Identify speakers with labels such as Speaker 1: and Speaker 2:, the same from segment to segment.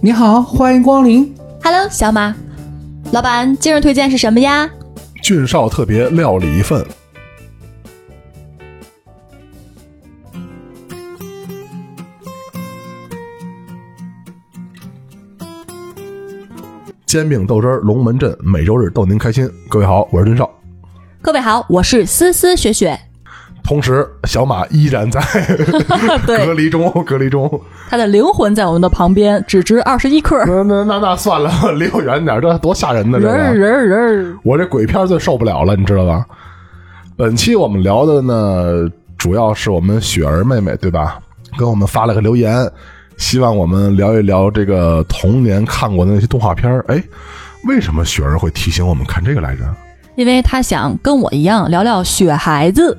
Speaker 1: 你好，欢迎光临。
Speaker 2: Hello，小马，老板，今日推荐是什么呀？
Speaker 3: 俊少特别料理一份，煎饼豆汁儿龙门阵，每周日逗您开心。各位好，我是俊少。
Speaker 2: 各位好，我是思思雪 雪。
Speaker 3: 同时，小马依然在隔
Speaker 2: 对，
Speaker 3: 离中， 隔离 中。
Speaker 2: 他的灵魂在我们的旁边，只值二十一克。
Speaker 3: 那那那那算了， 离我远点儿，这多吓人呢！这
Speaker 2: 人
Speaker 3: 个
Speaker 2: 儿人儿人儿，
Speaker 3: 我这鬼片儿最受不了了，你知道吧？本期我们聊的呢，主要是我们雪儿妹妹，对吧？跟我们发了个留言，希望我们聊一聊这个童年看过的那些动画片儿。哎，为什么雪儿会提醒我们看这个来着？
Speaker 2: 因为他想跟我一样聊聊雪孩子。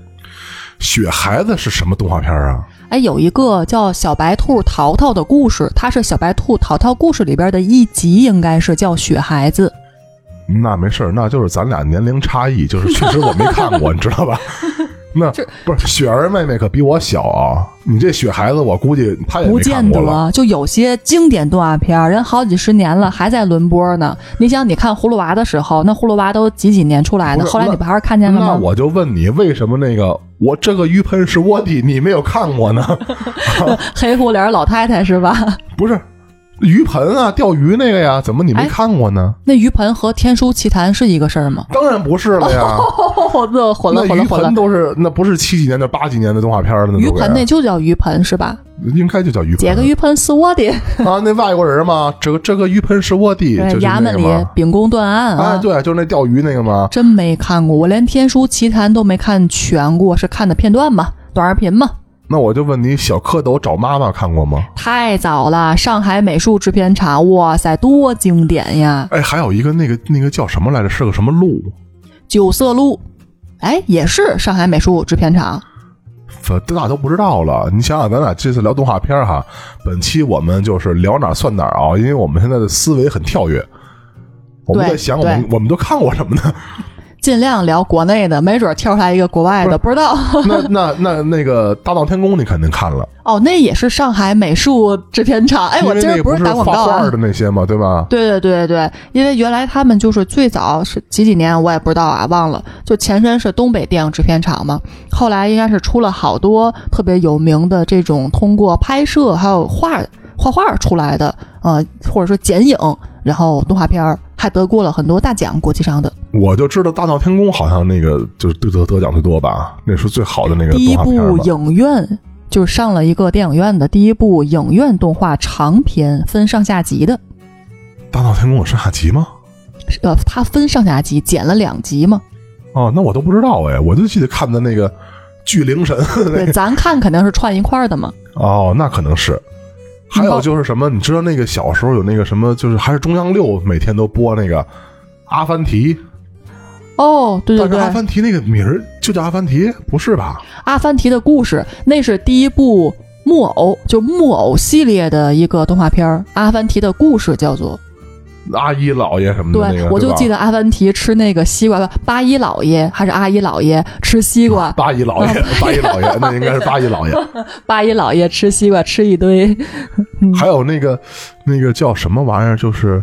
Speaker 3: 雪孩子是什么动画片儿啊？
Speaker 2: 哎，有一个叫《小白兔淘淘》的故事，它是《小白兔淘淘》故事里边的一集，应该是叫《雪孩子》。
Speaker 3: 那没事儿，那就是咱俩年龄差异，就是确实我没看过，你知 道吧？那不是雪儿妹妹可比我小啊！你这雪孩子，我估计她也
Speaker 2: 不
Speaker 3: 没看
Speaker 2: 见
Speaker 3: 过了。
Speaker 2: 得，就有些经典动画片儿，人好几十年了还在轮播呢。你想，你看《葫芦娃》的时候，那葫芦娃都几几年出来的？
Speaker 3: 不是
Speaker 2: 后来你不还是看见了
Speaker 3: 那
Speaker 2: 吗？
Speaker 3: 我就问你，为什么那个我这个鱼盆是卧底，你没有看过呢？
Speaker 2: 黑胡脸老太太是吧？
Speaker 3: 不是鱼盆啊，钓鱼那个呀，怎么你没
Speaker 2: 哎
Speaker 3: 看过呢？
Speaker 2: 那鱼盆和《天书奇谭》是一个事儿吗？
Speaker 3: 当然不是了呀，
Speaker 2: 哦，这混
Speaker 3: 那鱼盆！都是那不是七几年就八几年的动画片了，那
Speaker 2: 鱼
Speaker 3: 都给
Speaker 2: 盆那就叫鱼盆是吧？
Speaker 3: 应该就叫鱼盆。
Speaker 2: 姐个鱼盆是我的，
Speaker 3: 啊，那外国人嘛，这个这个鱼盆是卧底，就是
Speaker 2: 衙
Speaker 3: 那
Speaker 2: 门
Speaker 3: 个
Speaker 2: 里嗯
Speaker 3: 嘛。
Speaker 2: 秉公断案
Speaker 3: 啊，对，就是那钓鱼那个嘛。
Speaker 2: 真没看过，我连《天书奇谭》都没看全过，是看的片段嘛，短视频嘛。
Speaker 3: 那我就问你，小蝌蚪找妈妈看过吗？
Speaker 2: 太早了，上海美术制片厂，哇塞，多经典呀！
Speaker 3: 哎，还有一个那个那个叫什么来着？是个什么鹿？
Speaker 2: 九色鹿，哎，也是上海美术制片厂。
Speaker 3: 咱咱俩都不知道了。你想想，咱俩这次聊动画片儿哈，本期我们就是聊哪儿算哪儿啊，因为我们现在的思维很跳跃，我们
Speaker 2: 对
Speaker 3: 在想我们我们都看过什么呢？
Speaker 2: 尽量聊国内的，没准儿跳出来一个国外的，不知道。
Speaker 3: 那那那那个《大闹天宫》你肯定看了，
Speaker 2: 哦，那也是上海美术制片厂。哎，
Speaker 3: 因
Speaker 2: 我
Speaker 3: 为
Speaker 2: 今
Speaker 3: 那
Speaker 2: 儿
Speaker 3: 个
Speaker 2: 不
Speaker 3: 是
Speaker 2: 打广告
Speaker 3: 画画
Speaker 2: 啊。
Speaker 3: 的那些嘛，对吧？
Speaker 2: 对对对对，因为原来他们就是最早是几几年我也不知道啊，忘了。就前身是东北电影制片厂嘛，后来应该是出了好多特别有名的这种通过拍摄还有画画画出来的，呃，或者说剪影，然后动画片儿还得过了很多大奖，国际上的。
Speaker 3: 我就知道《大闹天宫》好像那个就是得得得奖最多吧，那是最好的那个
Speaker 2: 第
Speaker 3: 动
Speaker 2: 一
Speaker 3: 画片儿
Speaker 2: 部
Speaker 3: 吧。
Speaker 2: 影院就是上了一个电影院的第一部影院动画长片，分上下集的，
Speaker 3: 大闹天宫有上下集吗？
Speaker 2: 呃，它分上下集，剪了两集嘛。
Speaker 3: 哦，那我都不知道哎，我就记得看的那个《巨灵神》
Speaker 2: 对，咱看肯定是串一块儿的嘛。
Speaker 3: 哦，那可能是。还有
Speaker 2: 包
Speaker 3: 就是什么，你知道那个小时候有那个什么，就是还是中央六每天都播那个《阿凡提》，
Speaker 2: 哦，对对
Speaker 3: 但是
Speaker 2: 对，
Speaker 3: 《阿凡提》那个名儿就叫《阿凡提》，不是吧？
Speaker 2: 阿凡提的故事，那是第一部木偶，就木偶系列的一个动画片儿，《阿凡提的故事》叫做。
Speaker 3: 阿姨姥爷什么的
Speaker 2: 对，
Speaker 3: 嗯那个，
Speaker 2: 我
Speaker 3: 对
Speaker 2: 就
Speaker 3: 吧
Speaker 2: 记得阿凡提吃那个西瓜，八一老爷还是阿姨老爷吃西 瓜，
Speaker 3: 八 姨姥爷，
Speaker 2: 啊
Speaker 3: 八姨姥爷，那应该是八姨姥爷。
Speaker 2: 八一老爷吃西瓜吃一堆。
Speaker 3: 还有那个那个叫什么玩意儿，就是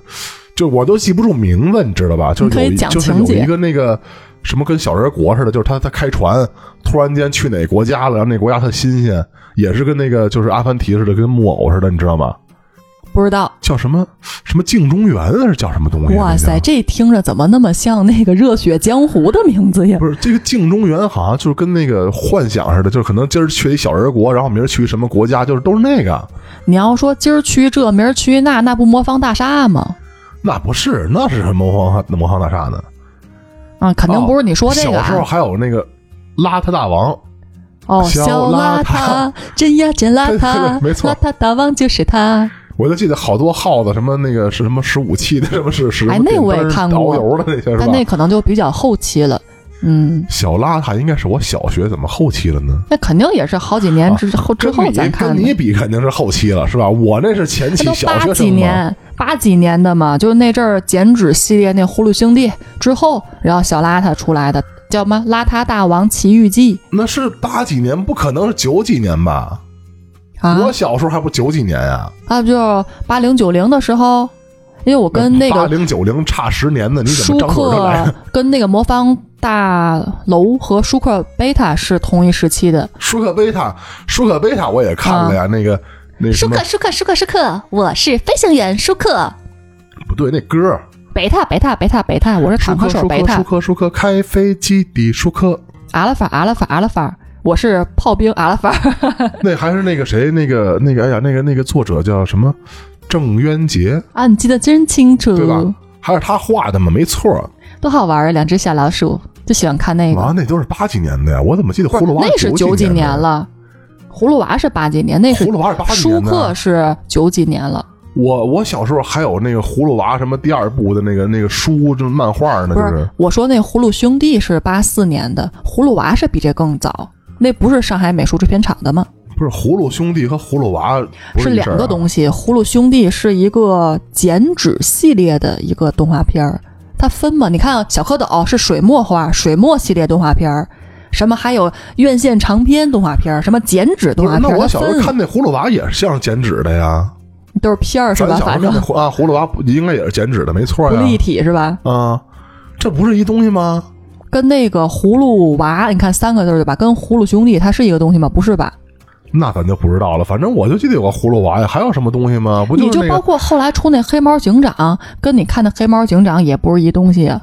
Speaker 3: 就我都记不住名字，你知道吧？就
Speaker 2: 你可
Speaker 3: 是
Speaker 2: 以
Speaker 3: 有一
Speaker 2: 讲
Speaker 3: 就是有
Speaker 2: 情节
Speaker 3: 一个那个什么跟小人国似的，就是他他开船，突然间去哪国家了，然后那国家特新鲜，也是跟那个就是阿凡提似的，跟木偶似的，你知道吗？
Speaker 2: 不知道，
Speaker 3: 叫什么什么镜中缘是叫什么东西？啊
Speaker 2: 哇塞，
Speaker 3: 那叫
Speaker 2: 这听着怎么那么像那个《热血江湖》的名字呀？
Speaker 3: 不是这个镜中缘，好像就是跟那个幻想似的，就是可能今儿去一小人国，然后明儿去什么国家，就是都是那个。
Speaker 2: 你要说今儿去这，明儿去那，那不魔方大厦吗？
Speaker 3: 那不是，那是什么魔方魔方大厦呢？
Speaker 2: 啊，肯定不是你说这个、
Speaker 3: 哦小时候
Speaker 2: 啊。
Speaker 3: 还有那个邋遢大王，
Speaker 2: 哦，
Speaker 3: 小
Speaker 2: 小
Speaker 3: 邋
Speaker 2: 邋
Speaker 3: 遢
Speaker 2: 遢，真呀真邋
Speaker 3: 对
Speaker 2: 遢，
Speaker 3: 没错
Speaker 2: 邋遢大王就是他。
Speaker 3: 我就记得好多耗子，什么那个是什么十五期的，什么是什么
Speaker 2: 哎那我也看过
Speaker 3: 导游的那些是吧
Speaker 2: 但？那可能就比较后期了。嗯，
Speaker 3: 小邋遢应该是我小学怎么后期了呢？
Speaker 2: 那肯定也是好几年之后、之
Speaker 3: 啊
Speaker 2: 后
Speaker 3: 跟你
Speaker 2: 咱看
Speaker 3: 跟你
Speaker 2: 的。
Speaker 3: 比肯定是后期了，是吧？我那是前
Speaker 2: 那
Speaker 3: 期
Speaker 2: 都
Speaker 3: 小
Speaker 2: 八
Speaker 3: 学
Speaker 2: 几
Speaker 3: 生嘛。
Speaker 2: 年，八几年的嘛，就是那阵儿剪纸系列那《葫芦兄弟》之后，然后小邋遢出来的叫什么《邋遢大王奇遇记
Speaker 3: 那是八几年，不可能是九几年吧？》
Speaker 2: 啊
Speaker 3: 我小时候还不九几年呀、
Speaker 2: 啊，不就是八零九零的时候，因为我跟那
Speaker 3: 八
Speaker 2: 个
Speaker 3: 零九零差十年的，你怎
Speaker 2: 舒
Speaker 3: 么张嘴就来？
Speaker 2: 克 跟那个魔方大楼和舒克贝塔是同一时期的。
Speaker 3: 舒克贝塔，舒克贝塔我也看
Speaker 2: 啊
Speaker 3: 了呀，那个那个什
Speaker 4: 舒
Speaker 3: 么
Speaker 4: 克，舒克，舒克，舒克，我是飞行员舒克。
Speaker 3: 不对，那歌儿
Speaker 2: 贝塔，贝塔，贝塔，贝塔，我是
Speaker 3: 舒
Speaker 2: 坦克
Speaker 3: 克
Speaker 2: 手
Speaker 3: 舒
Speaker 2: 贝
Speaker 3: 克
Speaker 2: 塔
Speaker 3: 舒。克舒克开飞机的舒克，
Speaker 2: 阿拉法，阿拉法，阿拉法，我是炮兵阿拉法。
Speaker 3: 那还是那个谁，那个那个，哎呀，那个那个作者叫什么？郑渊洁，
Speaker 2: 啊，你记得真清楚，
Speaker 3: 对吧？还是他画的嘛，没错儿。
Speaker 2: 多好玩儿！两只小老鼠就喜欢看那个，
Speaker 3: 啊，那都是八几年的呀，我怎么记得葫芦娃
Speaker 2: 那是
Speaker 3: 九
Speaker 2: 几
Speaker 3: 年
Speaker 2: 年
Speaker 3: 的？
Speaker 2: 了。葫芦娃是八几年，那是
Speaker 3: 葫芦娃是八几
Speaker 2: 舒
Speaker 3: 年的
Speaker 2: 克是九几年了，
Speaker 3: 我我小时候还有那个葫芦娃什么第二部的那个那个书，就是漫画呢，
Speaker 2: 不
Speaker 3: 就是是。
Speaker 2: 我说那葫芦兄弟是八四年的，葫芦娃是比这更早，那不是上海美术制片厂的吗？
Speaker 3: 不是葫芦兄弟和葫芦娃不
Speaker 2: 是
Speaker 3: 一事儿啊
Speaker 2: 两个东西。葫芦兄弟是一个剪纸系列的一个动画片儿，它分嘛？你看小蝌蚪是水墨画，水墨系列动画片儿，什么还有院线长篇动画片儿，什么剪纸动
Speaker 3: 不
Speaker 2: 画
Speaker 3: 是，
Speaker 2: 片
Speaker 3: 那
Speaker 2: 儿，
Speaker 3: 我
Speaker 2: 它
Speaker 3: 小时候
Speaker 2: 分
Speaker 3: 看那葫芦娃也是像剪纸的呀，
Speaker 2: 都是片儿是吧？
Speaker 3: 咱小时候
Speaker 2: 反
Speaker 3: 看
Speaker 2: 正
Speaker 3: 那葫啊葫芦娃不应该也是剪纸的，没错
Speaker 2: 不立
Speaker 3: 呀。
Speaker 2: 体是吧？
Speaker 3: 啊，这不是一东西吗？
Speaker 2: 跟那个葫芦娃，你看三个字儿对吧？跟葫芦兄弟它是一个东西吗？不是吧？
Speaker 3: 那咱就不知道了，反正我就记得有个葫芦娃哎呀，还有什么东西吗？不
Speaker 2: 你
Speaker 3: 就是
Speaker 2: 就
Speaker 3: 那
Speaker 2: 包
Speaker 3: 个
Speaker 2: 括后来出那黑猫警长，跟你看的黑猫警长也不是一东西啊。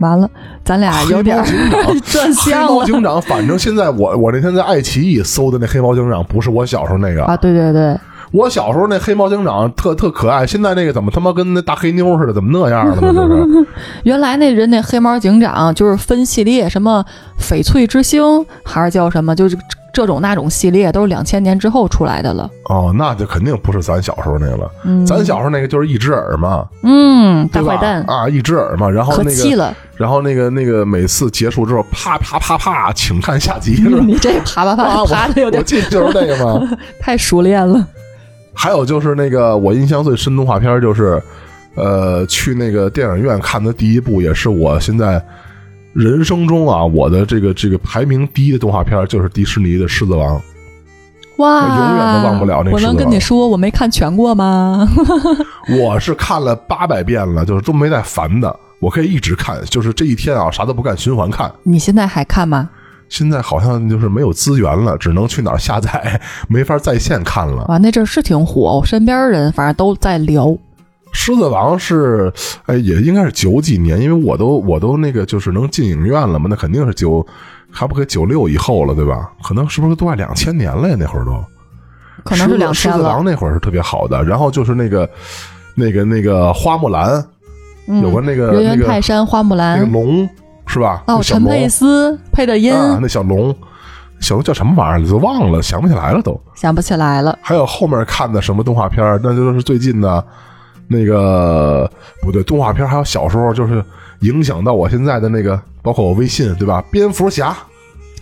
Speaker 2: 完了，咱俩有点儿
Speaker 3: 黑猫警长
Speaker 2: 转
Speaker 3: 黑
Speaker 2: 向
Speaker 3: 猫
Speaker 2: 了
Speaker 3: 警长？反正现在我我那天在爱奇艺搜的那黑猫警长，不是我小时候那个。
Speaker 2: 啊！对对对，
Speaker 3: 我小时候那黑猫警长特特可爱，现在那个怎么他妈跟那大黑妞似的？怎么那 样了呢？就是
Speaker 2: 原来那人那黑猫警长就是分系列，什么翡翠之星还是叫什么，就是这种那种系列，都是两千年之后出来的了。
Speaker 3: 哦，那就肯定不是咱小时候那个了。
Speaker 2: 嗯
Speaker 3: 咱小时候那个就是一只耳嘛，
Speaker 2: 嗯，大
Speaker 3: 对吧
Speaker 2: 坏蛋，
Speaker 3: 啊，一只耳嘛，然后
Speaker 2: 可
Speaker 3: 那
Speaker 2: 气
Speaker 3: 个，
Speaker 2: 了！
Speaker 3: 然后那个那个每次结束之后，啪啪啪啪，请看 下集是吧？
Speaker 2: 你这爬爬
Speaker 3: 啊，
Speaker 2: 爬 爬的有
Speaker 3: 我我
Speaker 2: 点
Speaker 3: 记得就是那个 嘛。
Speaker 2: 太熟练了。
Speaker 3: 还有就是那个我印象最深动画片儿就是，呃，去那个电影院看的第一部，也是我现在人生中啊我的这个这个排名第一的动画片儿就是迪士尼的《狮子王》。
Speaker 2: 哇，
Speaker 3: 永远都忘不了那
Speaker 2: 我能
Speaker 3: 狮子
Speaker 2: 跟
Speaker 3: 王
Speaker 2: 你说，我没看全过吗？
Speaker 3: 我是看了八百遍了，就是都没带烦的，我可以一直看，就是这一天啊啥都不干，循环看。
Speaker 2: 你现在还看吗？
Speaker 3: 现在好像就是没有资源了，只能去哪儿下 载，没法在线看了。
Speaker 2: 哇，那阵儿是挺火，我身边人反正都在聊。
Speaker 3: 狮子王是，哎，也应该是九几年，因为我都我都那个就是能进影院了嘛，那肯定是九，还不可九六以后了，对吧？可能是不是都快两千年了呀？那会儿都，
Speaker 2: 可能是两
Speaker 3: 狮
Speaker 2: 千
Speaker 3: 子狮
Speaker 2: 了
Speaker 3: 子王，那会儿是特别好的，然后就是那个那个那个花木兰，
Speaker 2: 嗯
Speaker 3: 有个那个
Speaker 2: 圆圆
Speaker 3: 那个
Speaker 2: 泰山、花木
Speaker 3: 那个
Speaker 2: 兰，
Speaker 3: 龙是吧？那
Speaker 2: 哦，
Speaker 3: 小
Speaker 2: 陈
Speaker 3: 龙
Speaker 2: 佩斯配的音，
Speaker 3: 啊，那小龙，小龙叫什么玩意儿？都忘了，想不起来了都。
Speaker 2: 想不起来了。
Speaker 3: 还有后面看的什么动画片儿，那就是最近的，那个不对，动画片儿还有小时候就是影响到我现在的那个，包括我微信对吧？蝙蝠侠，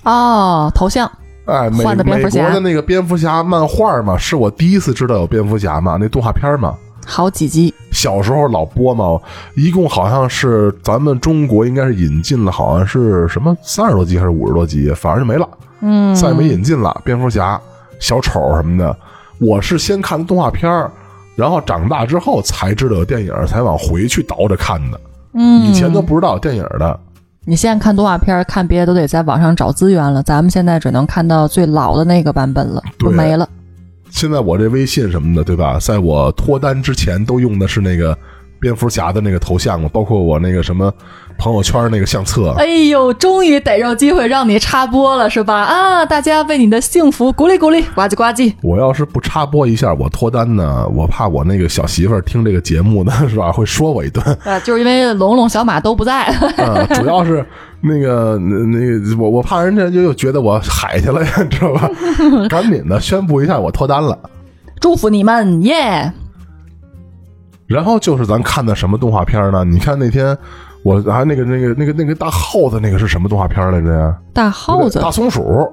Speaker 2: 哦，头像
Speaker 3: 哎，美
Speaker 2: 换的蝙
Speaker 3: 美
Speaker 2: 蝠侠
Speaker 3: 国的那个蝙蝠侠漫画嘛，是我第一次知道有蝙蝠侠嘛，那动画片儿嘛。
Speaker 2: 好几集，
Speaker 3: 小时候老播嘛，一共好像是咱们中国应该是引进了，好像是什么三十多集还是五十多集，反正就没了。
Speaker 2: 嗯，
Speaker 3: 再没引进了，蝙蝠侠、小丑什么的。我是先看动画片儿，然后长大之后才知道有电影儿，才往回去倒着看的。
Speaker 2: 嗯，
Speaker 3: 以前都不知道有电影儿的。
Speaker 2: 你现在看动画片儿，看别的都得在网上找资源了，咱们现在只能看到最老的那个版本了，都
Speaker 3: 对
Speaker 2: 没了。
Speaker 3: 现在我这微信什么的，对吧？在我脱单之前都用的是那个蝙蝠侠的那个头像嘛，包括我那个什么朋友圈那个相册。
Speaker 2: 哎呦，终于逮着机会让你插播了，是吧？啊，大家为你的幸福鼓励鼓励，呱唧呱唧。
Speaker 3: 我要是不插播一下我脱单呢，我怕我那个小媳妇儿听这个节目呢，是吧？会说我 一顿。
Speaker 2: 啊，就是因为龙龙、小马都不在，
Speaker 3: 啊，主要是那个那那个，我我怕人家就又觉得我海去了 呀，你知道吧？赶紧的宣布一下我脱单了。
Speaker 2: 祝福你们耶！
Speaker 3: 然后就是咱看的什么动画片呢？你看那天我还、那个那个那个那个大耗子那个是什么动画片来着呀？
Speaker 2: 大耗子
Speaker 3: 大、松鼠，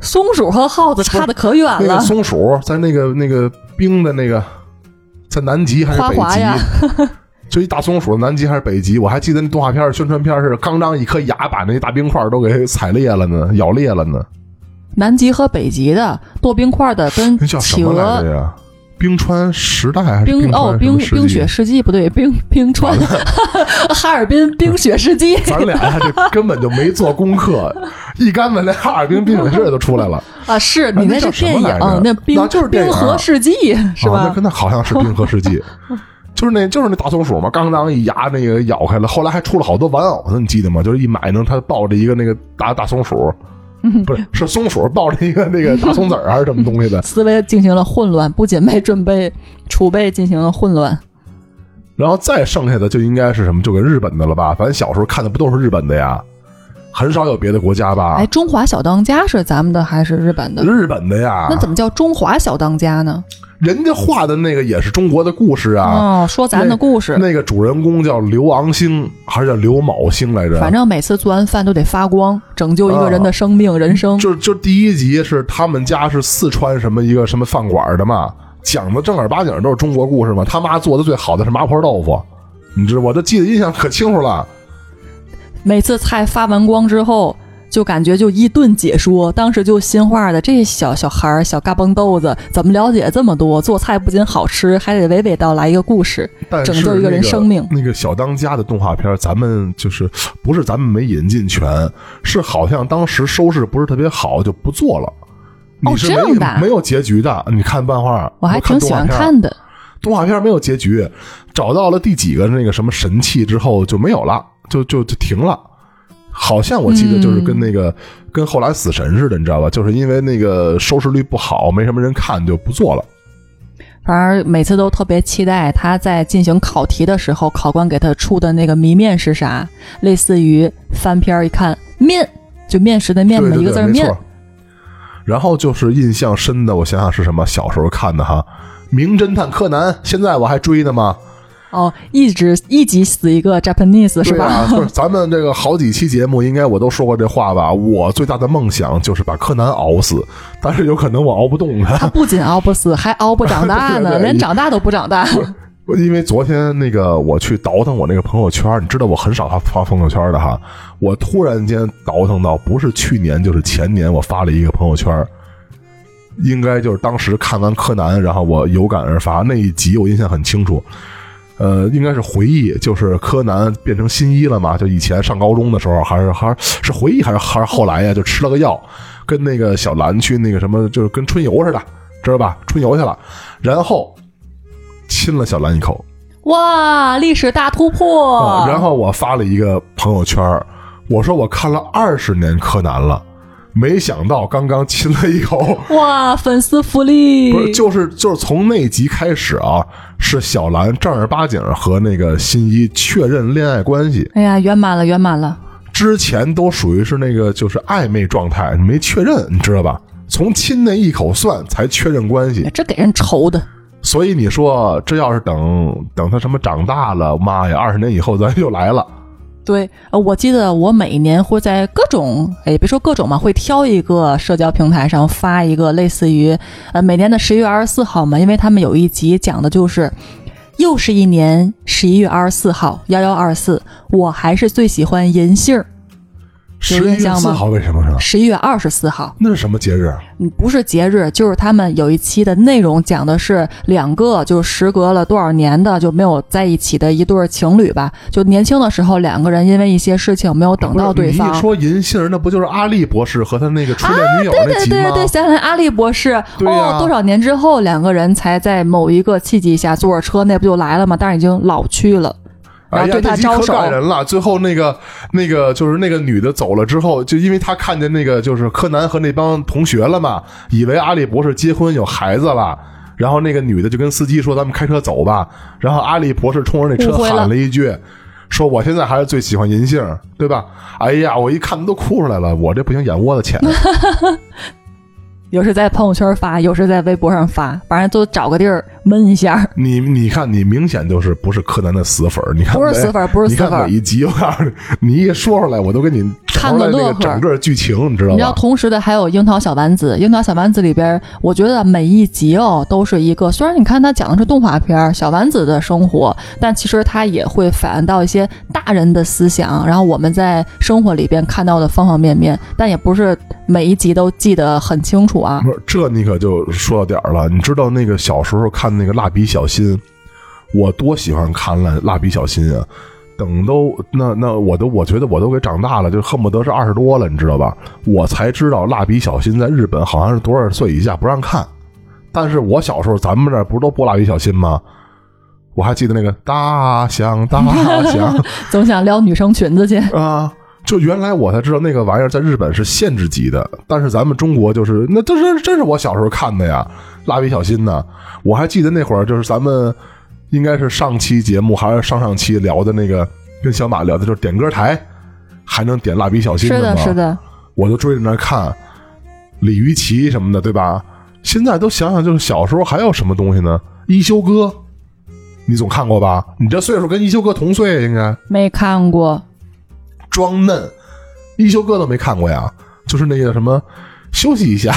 Speaker 2: 松鼠和耗子差的可远
Speaker 3: 那个
Speaker 2: 了。
Speaker 3: 松鼠在那个那个冰的那个，在南极还是北
Speaker 2: 花滑呀
Speaker 3: 极？ 就一大松鼠，南极还是北极？我还记得那动画片宣传片是刚张一颗牙把那大冰块都给踩裂了呢，咬裂了呢。
Speaker 2: 南极和北极的剁冰块的跟
Speaker 3: 那叫什
Speaker 2: 企
Speaker 3: 么来
Speaker 2: 鹅
Speaker 3: 着呀？冰川时代还是
Speaker 2: 冰哦
Speaker 3: 川什
Speaker 2: 冰
Speaker 3: 么世纪
Speaker 2: 冰雪世纪不对，冰冰川 哈尔滨冰雪世纪，
Speaker 3: 咱俩这根本就没做功课，一竿子连哈尔滨冰雪世界都出来了，
Speaker 2: 啊，是你那
Speaker 3: 那
Speaker 2: 是
Speaker 3: 叫什么
Speaker 2: 电影
Speaker 3: 来着，
Speaker 2: 那冰
Speaker 3: 那就是电
Speaker 2: 冰
Speaker 3: 影啊
Speaker 2: 河世纪是
Speaker 3: 啊、
Speaker 2: 吧，
Speaker 3: 那？跟那好像是冰河世纪，就是那就是那大松鼠嘛，刚刚一牙那个咬开了，后来还出了好多玩偶呢，你记得吗？就是一买呢，他抱着一个那个大大松鼠，不是是松鼠抱着一个那个大松子儿还是什么东西的
Speaker 2: 思维进行了混乱，不仅被准备储备进行了混乱，
Speaker 3: 然后再剩下的就应该是什么，就给日本的了吧？咱小时候看的不都是日本的呀？很少有别的国家吧？
Speaker 2: 哎，中华小当家是咱们的还是日啊本的？
Speaker 3: 日本的呀，
Speaker 2: 那怎么叫中华小当家呢？
Speaker 3: 人家画的那个也是中国的故事啊。
Speaker 2: 哦，说咱的故事，
Speaker 3: 那个主人公叫刘昂星还是叫刘卯星来着？
Speaker 2: 反正每次做完饭都得发光，拯救一个人的生命、人生。
Speaker 3: 就就第一集是他们家是四川什么一个什么饭馆的嘛，讲的正儿八经都是中国故事嘛。他妈做的最好的是麻婆豆腐，你知我这记得印象可清楚了。
Speaker 2: 每次菜发完光之后，就感觉就一顿解说，当时就心话的，这小小孩儿、小嘎嘣豆子怎么了解这么多？做菜不仅好吃，还得娓娓道来一个故事。
Speaker 3: 但是
Speaker 2: 拯救一个人生命
Speaker 3: 那个、那个小当家的动画片儿，咱们就是不是咱们没引进全，是好像当时收视不是特别好，就不做了。你是没、
Speaker 2: 哦这样的啊
Speaker 3: 没有结局的，你看漫画，
Speaker 2: 我还挺喜欢
Speaker 3: 看动画片儿
Speaker 2: 看的，
Speaker 3: 动画片没有结局，找到了第几个那个什么神器之后就没有了，就就就停了。好像我记得就是
Speaker 2: 嗯
Speaker 3: 跟那个、跟后来死神似的，你知道吧？就是因为那个收视率不好，没什么人看，就不做了。
Speaker 2: 反正每次都特别期待他在进行考题的时候，考官给他出的那个谜面是啥，类似于翻篇儿一看面，就面食的面
Speaker 3: 对
Speaker 2: 嘛，一
Speaker 3: 对
Speaker 2: 个字
Speaker 3: 对，
Speaker 2: 儿
Speaker 3: 没
Speaker 2: 面
Speaker 3: 错。。然后就是印象深的，我想想是什么？小时候看的哈，《名侦探柯南》，现在我还追呢吗？
Speaker 2: 哦，一直一集死一个 Japanese 是
Speaker 3: 对
Speaker 2: 吧？
Speaker 3: 啊，就是咱们这个好几期节目，应该我都说过这话吧？我最大的梦想就是把柯南熬死，但是有可能我熬不动他。
Speaker 2: 他不仅熬不死，还熬不长大
Speaker 3: 对
Speaker 2: 呢，
Speaker 3: 对对
Speaker 2: 连长大都不长大。
Speaker 3: 我因为昨天那个我去倒腾我那个朋友圈，你知道我很少发发朋友圈的哈。我突然间倒腾到，不是去年就是前年，我发了一个朋友圈，应该就是当时看完柯南，然后我有感而发那一集，我印象很清楚。呃，应该是回忆，就是柯南变成新一了嘛？就以前上高中的时候，还呃是还是是回忆，还是还是后来呀？就吃了个药，跟那个小兰去那个什么，就是跟春游似的，知道吧？春游去了，然后亲了小兰一口，
Speaker 2: 哇，历史大突破！
Speaker 3: 啊，然后我发了一个朋友圈儿，我说我看了二十年柯南了，没想到刚刚亲了一 口，
Speaker 2: 哇，粉丝福利
Speaker 3: 不是，就是就是从那集开始啊，是小兰正儿八经和那个新一确认恋爱关系，
Speaker 2: 哎呀，圆满了，圆满了！
Speaker 3: 之前都属于是那个就是暧昧状态，没确认，你知道吧？从亲那一口算才确认关系，
Speaker 2: 这给人愁的。
Speaker 3: 所以你说这要是等等他什么长大了，妈呀，二十年以后咱又来了。
Speaker 2: 对，呃，我记得我每年会在各种，哎，别说各种嘛，会挑一个社交平台上发一个类似于，呃，每年的十一月二十四号嘛，因为他们有一集讲的就是，又是一年十一月二十四号幺幺二四，我还是最喜欢银杏儿，有
Speaker 3: 十一
Speaker 2: 印
Speaker 3: 月
Speaker 2: 象
Speaker 3: 四
Speaker 2: 吗
Speaker 3: 号为什么是吧？
Speaker 2: 十一月二十四号，
Speaker 3: 那是什么节日啊？
Speaker 2: 嗯不是节日，就是他们有一期的内容讲的是两个，就时隔了多少年的就没有在一起的一对儿情侣吧，就年轻的时候两个人因为一些事情没有等到
Speaker 3: 啊不是
Speaker 2: 对方。
Speaker 3: 你一说银杏儿，那不就是阿笠博士和他那个初恋女友那
Speaker 2: 啊对
Speaker 3: 集
Speaker 2: 对
Speaker 3: 吗？
Speaker 2: 对，想起来阿笠博士、
Speaker 3: 对
Speaker 2: 哦，
Speaker 3: 呀
Speaker 2: 多少年之后两个人才在某一个契机下坐着车，那不就来了吗？但是已经老去了，然
Speaker 3: 哎
Speaker 2: 后
Speaker 3: 呀
Speaker 2: 对，他
Speaker 3: 那集
Speaker 2: 招
Speaker 3: 可
Speaker 2: 手。
Speaker 3: 感人了。最后那个那个就是那个女的走了之后，就因为她看见那个就是柯南和那帮同学了嘛，以为阿笠博士结婚有孩子了。然后那个女的就跟司机说：“咱们开车走吧。”然后阿笠博士冲着那车
Speaker 2: 误会了
Speaker 3: 喊了一句：“说我现在还是最喜欢银杏儿，对吧？”哎呀，我一看都哭出来了，我这不行，眼窝子浅。啊
Speaker 2: 有时在朋友圈发，有时在微博上发，反正都找个地儿闷一下。
Speaker 3: 你你看，你明显就是不是柯南的死粉儿，你看
Speaker 2: 不是
Speaker 3: 没
Speaker 2: 死粉儿不是
Speaker 3: 你
Speaker 2: 死
Speaker 3: 看
Speaker 2: 粉儿
Speaker 3: 每一集，我告诉你，你一说出来，我都给你头
Speaker 2: 看
Speaker 3: 来
Speaker 2: 个
Speaker 3: 那
Speaker 2: 乐
Speaker 3: 个
Speaker 2: 呵
Speaker 3: 整。个剧情，你知道
Speaker 2: 你知道，
Speaker 3: 吧？
Speaker 2: 同时的还有《樱桃小丸子》。《樱桃小丸子》里边，我觉得每一集哦都是一个，虽然你看它讲的是动画片儿小丸子的生活，但其实它也会反映到一些大人的思想，然后我们在生活里边看到的方方面面，但也不是每一集都记得很清楚啊。
Speaker 3: 不是，这你可就说到点儿了。你知道那个小时候看那个《蜡笔小新》，我多喜欢看了《蜡笔小新》啊！等都那那我都我觉得我都给长大了，就恨不得是二十多了，你知道吧？我才知道《蜡笔小新》在日本好像是多少岁以下不让看，但是我小时候咱们这儿不是都播《蜡笔小新》吗？我还记得那个大象，大象，
Speaker 2: 总想撩女生裙子去，
Speaker 3: 啊，就原来我才知道那个玩意儿在日本是限制级的，但是咱们中国就是那这是这是我小时候看的呀，《蜡笔小新》呢，我还记得那会儿就是咱们应该是上期节目还是上上期聊的那个跟小马聊的，就是点歌台还能点《蜡笔小新》
Speaker 2: 是
Speaker 3: 吗？
Speaker 2: 的，是的，
Speaker 3: 我就追着那看，李玉琦什么的，对吧？现在都想想，就是小时候还有什么东西呢？一休哥，你总看过吧？你这岁数跟一休哥同岁应该。
Speaker 2: 没看过。
Speaker 3: 装嫩，一休哥都没看过呀，就是那个什么。休息一下，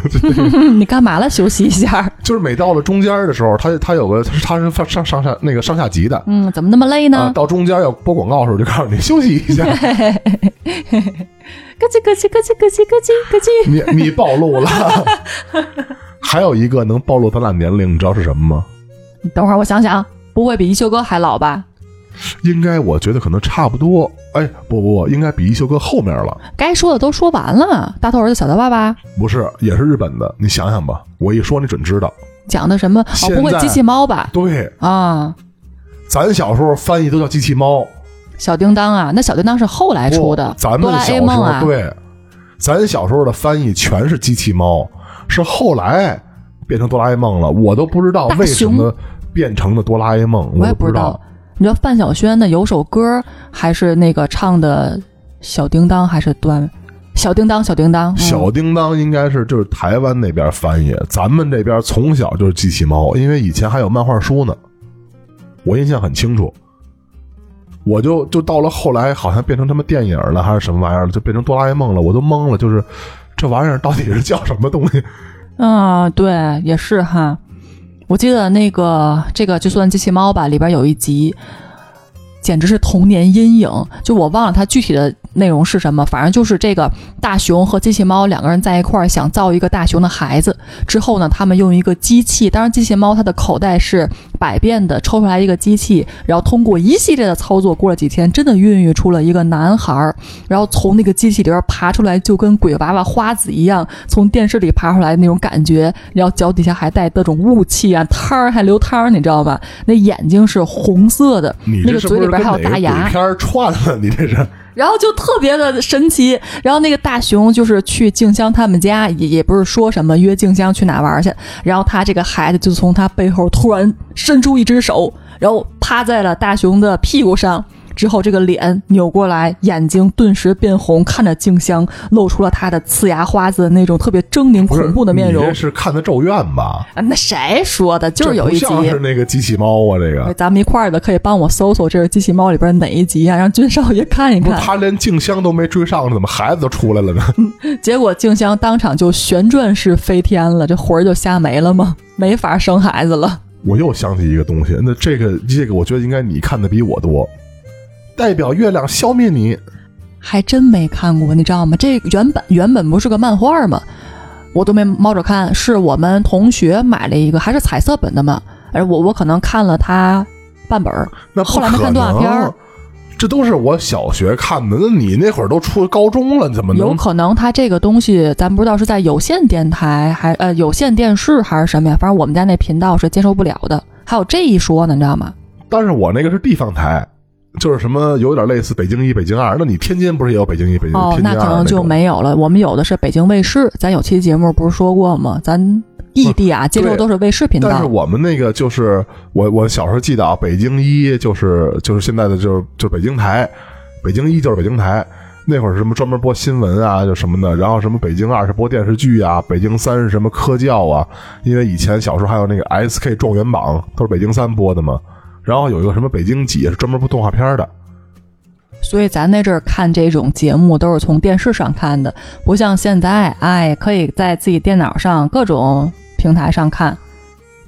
Speaker 2: 你干嘛了？休息一下。
Speaker 3: 就是每到了中间的时候，他他有个他是上上上下那个上下级的啊、
Speaker 2: 嗯，怎么那么累 呢？
Speaker 3: 到中间要播广告的时候，就告诉你 休息一 下，
Speaker 2: 咯叽咯叽咯叽咯叽咯叽咯叽。
Speaker 3: 你你暴露了。 还有一个能暴露咱俩年龄，你知道是什么吗？
Speaker 2: 你等会儿我想想，不会比一休哥还老吧？
Speaker 3: 应该我觉得可能差不多。哎，不不不，应该比一休哥后面了，
Speaker 2: 该说的都说完了，大头儿子小头爸爸
Speaker 3: 不是，也是日本的。你想想吧，我一说你准知道。
Speaker 2: 讲的什么？哦
Speaker 3: 现，在
Speaker 2: 不会机器猫吧？
Speaker 3: 对，
Speaker 2: 啊，
Speaker 3: 咱小时候翻译都叫机器猫，
Speaker 2: 小叮当啊，那小叮当是后来出的
Speaker 3: 不，咱
Speaker 2: 哆
Speaker 3: 们
Speaker 2: 啦
Speaker 3: 小
Speaker 2: A
Speaker 3: 时候、
Speaker 2: 梦啊，
Speaker 3: 对，咱小时候的翻译全是机器猫，是后来变成哆啦 A 梦了，我都不知道
Speaker 2: 大
Speaker 3: 为什
Speaker 2: 熊
Speaker 3: 么变成了哆啦 A 梦，
Speaker 2: 我
Speaker 3: 都
Speaker 2: 也
Speaker 3: 不
Speaker 2: 不知道。。你知道范晓萱的有首歌还是那个唱的小叮当还是端小叮当小叮当，嗯
Speaker 3: 小叮当应该是就是台湾那边翻译，咱们这边从小就是机器猫，因为以前还有漫画书呢，我印象很清楚。我就就到了后来，好像变成他们电影了还是什么玩意儿了，就变成哆啦 A 梦了，我都懵了，就是这玩意儿到底是叫什么东西？
Speaker 2: 啊，对，也是哈。我记得那个这个就算机器猫吧，里边有一集，简直是童年阴影。就我忘了它具体的内容是什么，反正就是这个大熊和机器猫两个人在一块儿，想造一个大熊的孩子。之后呢，他们用一个机器，当然机器猫它的口袋是百变的，抽出来一个机器，然后通过一系列的操作，过了几天，真的孕育出了一个男孩儿。然后从那个机器里边爬出来，就跟鬼娃娃花子一样，从电视里爬出来那种感觉，然后脚底下还带各种雾气啊，汤儿还流汤儿，你知道吗？那眼睛是红色的，
Speaker 3: 你
Speaker 2: 那
Speaker 3: 这
Speaker 2: 个
Speaker 3: 是不
Speaker 2: 嘴
Speaker 3: 是
Speaker 2: 里
Speaker 3: 跟
Speaker 2: 边还
Speaker 3: 哪
Speaker 2: 有
Speaker 3: 个
Speaker 2: 大
Speaker 3: 鬼
Speaker 2: 牙，
Speaker 3: 片儿串了？你这是
Speaker 2: 然后就特别的神奇。然后那个大熊就是去静香他们家，也也不是说什么约静香去哪玩儿去，然后他这个孩子就从他背后突然伸出一只手，然后趴在了大熊的屁股上。之后，这个脸扭过来，眼睛顿时变红，看着静香，露出了他的呲牙花子的那种特别狰狞恐怖的面容
Speaker 3: 你这。是看的《咒怨》吧？
Speaker 2: 啊那谁说的？就是有一集哎
Speaker 3: 这，不像是那个机器猫啊，这个
Speaker 2: 咱们一块儿的可以帮我搜搜，这是《机器猫》里边哪一集啊？让君少爷看一
Speaker 3: 不是
Speaker 2: 看。
Speaker 3: 他连静香都没追上，怎么孩子都出来了呢？
Speaker 2: 结果静香当场就旋转式飞天了，这魂儿就吓没了吗？ 没法生孩子了。
Speaker 3: 我又想起一个东西，那这个这个，我觉得应该你看的比我多。代表月亮消灭你，
Speaker 2: 还真没看过，你知道吗？这原本原本不是个漫画吗？我都没猫着看，是我们同学买了一个，还是彩色本的嘛。而我我可能看了它半本儿，
Speaker 3: 那不
Speaker 2: 后来没
Speaker 3: 可
Speaker 2: 看动画片
Speaker 3: 能
Speaker 2: 儿。
Speaker 3: 这都是我小学看的，那你那会儿都出高中了，你怎么
Speaker 2: 有
Speaker 3: 能
Speaker 2: 可能它这个东西咱不知道是在有线电台还呃有线电视还是什么呀，反正我们家那频道是接受不了的。还有这一说呢，你知道吗？
Speaker 3: 但是我那个是地方台，就是什么有点类似北京一、北京二。那你天津不是也有北京一、北京、
Speaker 2: 哦，
Speaker 3: 天津
Speaker 2: 那
Speaker 3: 二
Speaker 2: 可能就
Speaker 3: 种
Speaker 2: 没有了。我们有的是北京卫视，咱有期节目不是说过吗？咱异地啊，接受都是卫视频
Speaker 3: 但是
Speaker 2: 道。
Speaker 3: 我们那个就是我我小时候记得啊，北京一就是就是现在的就是就是北京台，北京一就是北京台。那会儿是什么专门播新闻啊，就什么的，然后什么北京二是播电视剧啊，北京三是什么科教啊，因为以前小时候还有那个 SK 状元榜都是北京三播的嘛，然后有一个什么北京几也是专门播动画片的，
Speaker 2: 所以咱那阵儿看这种节目都是从电视上看的，不像现在，哎，可以在自己电脑上各种平台上看。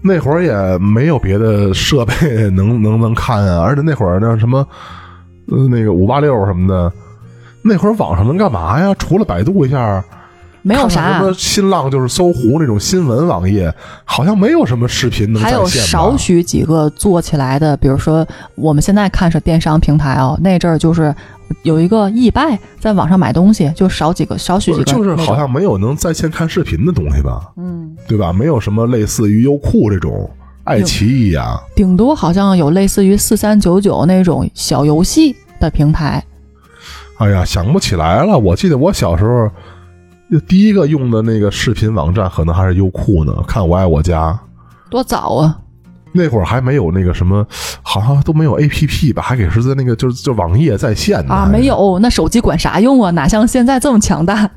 Speaker 3: 那会儿也没有别的设备 能能能看啊，而且那会儿那什么，呃那个五八六什么的，那会儿网上能干嘛呀？除了百度一下，
Speaker 2: 没有
Speaker 3: 看看
Speaker 2: 啥啊
Speaker 3: 什，么新浪就是搜狐那种新闻网页，好像没有什么视频能在
Speaker 2: 还
Speaker 3: 线吧
Speaker 2: 有少许几个做起来的，比如说我们现在看是电商平台哦，那阵儿就是有一个易拜，在网上买东西，就少几个少许几个那
Speaker 3: 就
Speaker 2: 种，
Speaker 3: 是好像没有能在线看视频的东西吧，
Speaker 2: 嗯，
Speaker 3: 对吧？没有什么类似于优酷这种、爱奇艺啊呀、
Speaker 2: 顶多好像有类似于四三九九那种小游戏的平台，
Speaker 3: 哎呀，想不起来了。我记得我小时候第一个用的那个视频网站可能还是优酷呢，看《我爱我家》。
Speaker 2: 多早啊！
Speaker 3: 那会儿还没有那个什么，好像都没有 A P P 吧，还给是在那个就是就网页在线呢
Speaker 2: 啊，
Speaker 3: 还是
Speaker 2: 没有，那手机管啥用啊？哪像现在这么强大？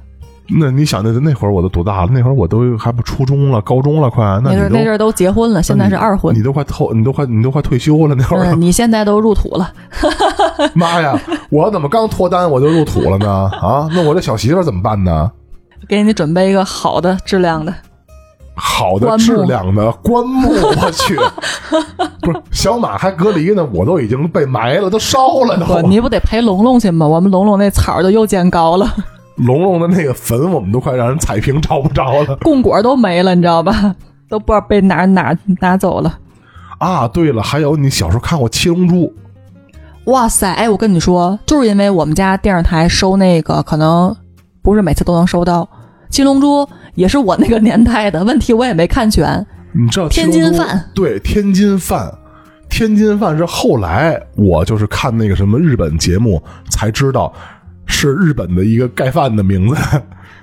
Speaker 3: 那你想那那会儿我都多大了？那会儿我都还不初中了，高中了快，
Speaker 2: 那
Speaker 3: 那你
Speaker 2: 阵儿
Speaker 3: 都
Speaker 2: 那阵儿都结婚了，现在是二婚
Speaker 3: 你。都快透，你都快你都快退休了那会儿
Speaker 2: 嗯，。你现在都入土了，
Speaker 3: 妈呀！我怎么刚脱单我就入土了呢？啊，那我这小媳妇儿怎么办呢？
Speaker 2: 给你准备一个好的质量的。
Speaker 3: 好的
Speaker 2: 棺木
Speaker 3: 质量的棺木，我 去，不是小马还隔离呢，我都已经被埋了，都烧了
Speaker 2: 不，
Speaker 3: 都。
Speaker 2: 你不得陪龙龙去吗？我们龙龙那草儿就又见高了，
Speaker 3: 龙龙的那个坟，我们都快让人踩平找不着了
Speaker 2: 供果都没了，你知道吧？都不知道被哪儿哪儿拿走了。
Speaker 3: 啊！对了，还有你小时候看过《七龙珠》，
Speaker 2: 哇塞！哎，我跟你说，就是因为我们家电视台收那个，可能不是每次都能收到《七龙珠》，也是我那个年代的问题，我也没看全。
Speaker 3: 你知道《七龙珠
Speaker 4: 天津饭
Speaker 3: 对天津饭，天津饭是后来我就是看那个什么日本节目才知道。是日本的一个盖饭的名字，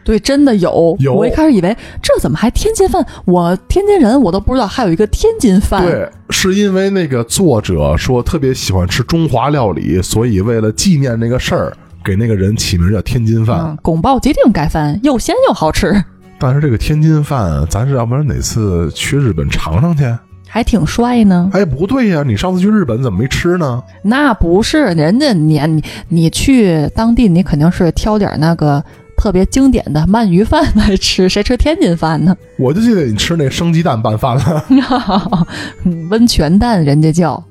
Speaker 2: 对，真的有。
Speaker 3: 有
Speaker 2: 我一开始以为这怎么还天津饭？我天津人，我都不知道还有一个天津饭。
Speaker 3: 对，是因为那个作者说特别喜欢吃中华料理，所以为了纪念那个事儿，给那个人起名叫天津饭。
Speaker 2: 嗯，宫保鸡丁盖饭又鲜又好吃，
Speaker 3: 但是这个天津饭，咱是要不然哪次去日本 尝尝去？
Speaker 2: 还挺帅呢。
Speaker 3: 哎，不对呀、你上次去日本怎么没吃呢？
Speaker 2: 那不是人家你你你去当地，你肯定是挑点那个特别经典的鳗鱼饭来吃，谁吃天津饭呢？
Speaker 3: 我就记得你吃那生鸡蛋拌饭了，
Speaker 2: 嗯温泉蛋人家叫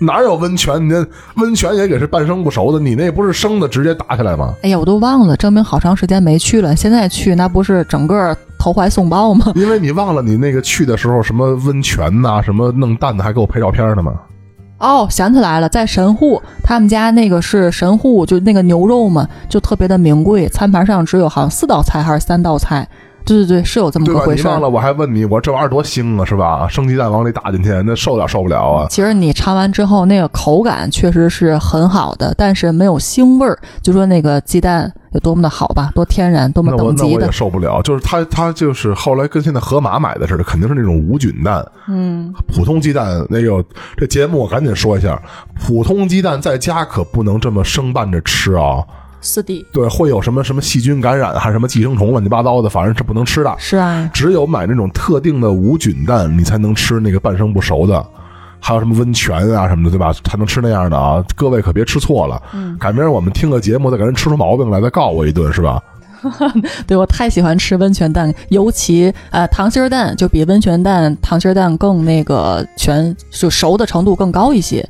Speaker 3: 哪有温泉？你那温泉也给是半生不熟的，你那不是生的直接打起来吗？
Speaker 2: 哎呀，我都忘了，证明好长时间没去了。现在去那不是整个投怀送抱吗？
Speaker 3: 因为你忘了你那个去的时候什么温泉呐、什么弄蛋的，还给我拍照片呢嘛。
Speaker 2: 哦，想起来了，在神户，他们家那个是神户，就那个牛肉嘛，就特别的名贵，餐盘上只有好像四道菜还是三道菜。对对对，是有这么
Speaker 3: 对
Speaker 2: 个
Speaker 3: 吧？
Speaker 2: 回
Speaker 3: 你
Speaker 2: 事儿
Speaker 3: 忘。了，我还问你，我说这玩意儿多腥啊，是吧？生鸡蛋往里打进去，那受了受不了啊！
Speaker 2: 其实你尝完之后，那个口感确实是很好的，但是没有腥味儿。就说那个鸡蛋有多么的好吧，多天然，多么
Speaker 3: 那我
Speaker 2: 等
Speaker 3: 那
Speaker 2: 级
Speaker 3: 我
Speaker 2: 的
Speaker 3: 也。受不了，就是它它就是后来跟现在盒马买的似的，肯定是那种无菌蛋，
Speaker 2: 嗯，
Speaker 3: 普通鸡蛋那个这节目我赶紧说一下，普通鸡蛋在家可不能这么生拌着吃啊，
Speaker 2: 四 D
Speaker 3: 对，会有什么什么细菌感染还是什么寄生虫乱七八糟的，反正是不能吃的。
Speaker 2: 是啊，
Speaker 3: 只有买那种特定的无菌蛋，你才能吃那个半生不熟的，还有什么温泉啊什么的，对吧？才能吃那样的啊！各位可别吃错了，改明儿我们听个节目再给人吃出毛病来，再告我一顿是吧？
Speaker 2: 对我太喜欢吃温泉蛋，尤其呃溏心儿蛋就比温泉蛋、溏心儿蛋更那个全就熟的程度更高一些。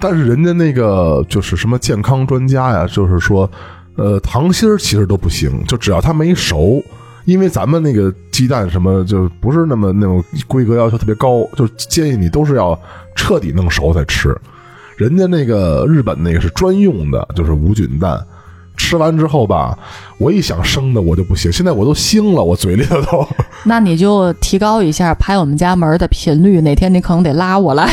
Speaker 3: 但是人家那个就是什么健康专家呀，就是说，呃，糖心儿其实都不行，就只要它没熟。因为咱们那个鸡蛋什么就不是那么那种规格要求特别高，就是建议你都是要彻底弄熟再吃。人家那个日本那个是专用的，就是无菌蛋，吃完之后吧，我一想生的我就不行，现在我都腥了，我嘴里头都。
Speaker 2: 那你就提高一下拍我们家门儿的频率，哪天你可能得拉我 来。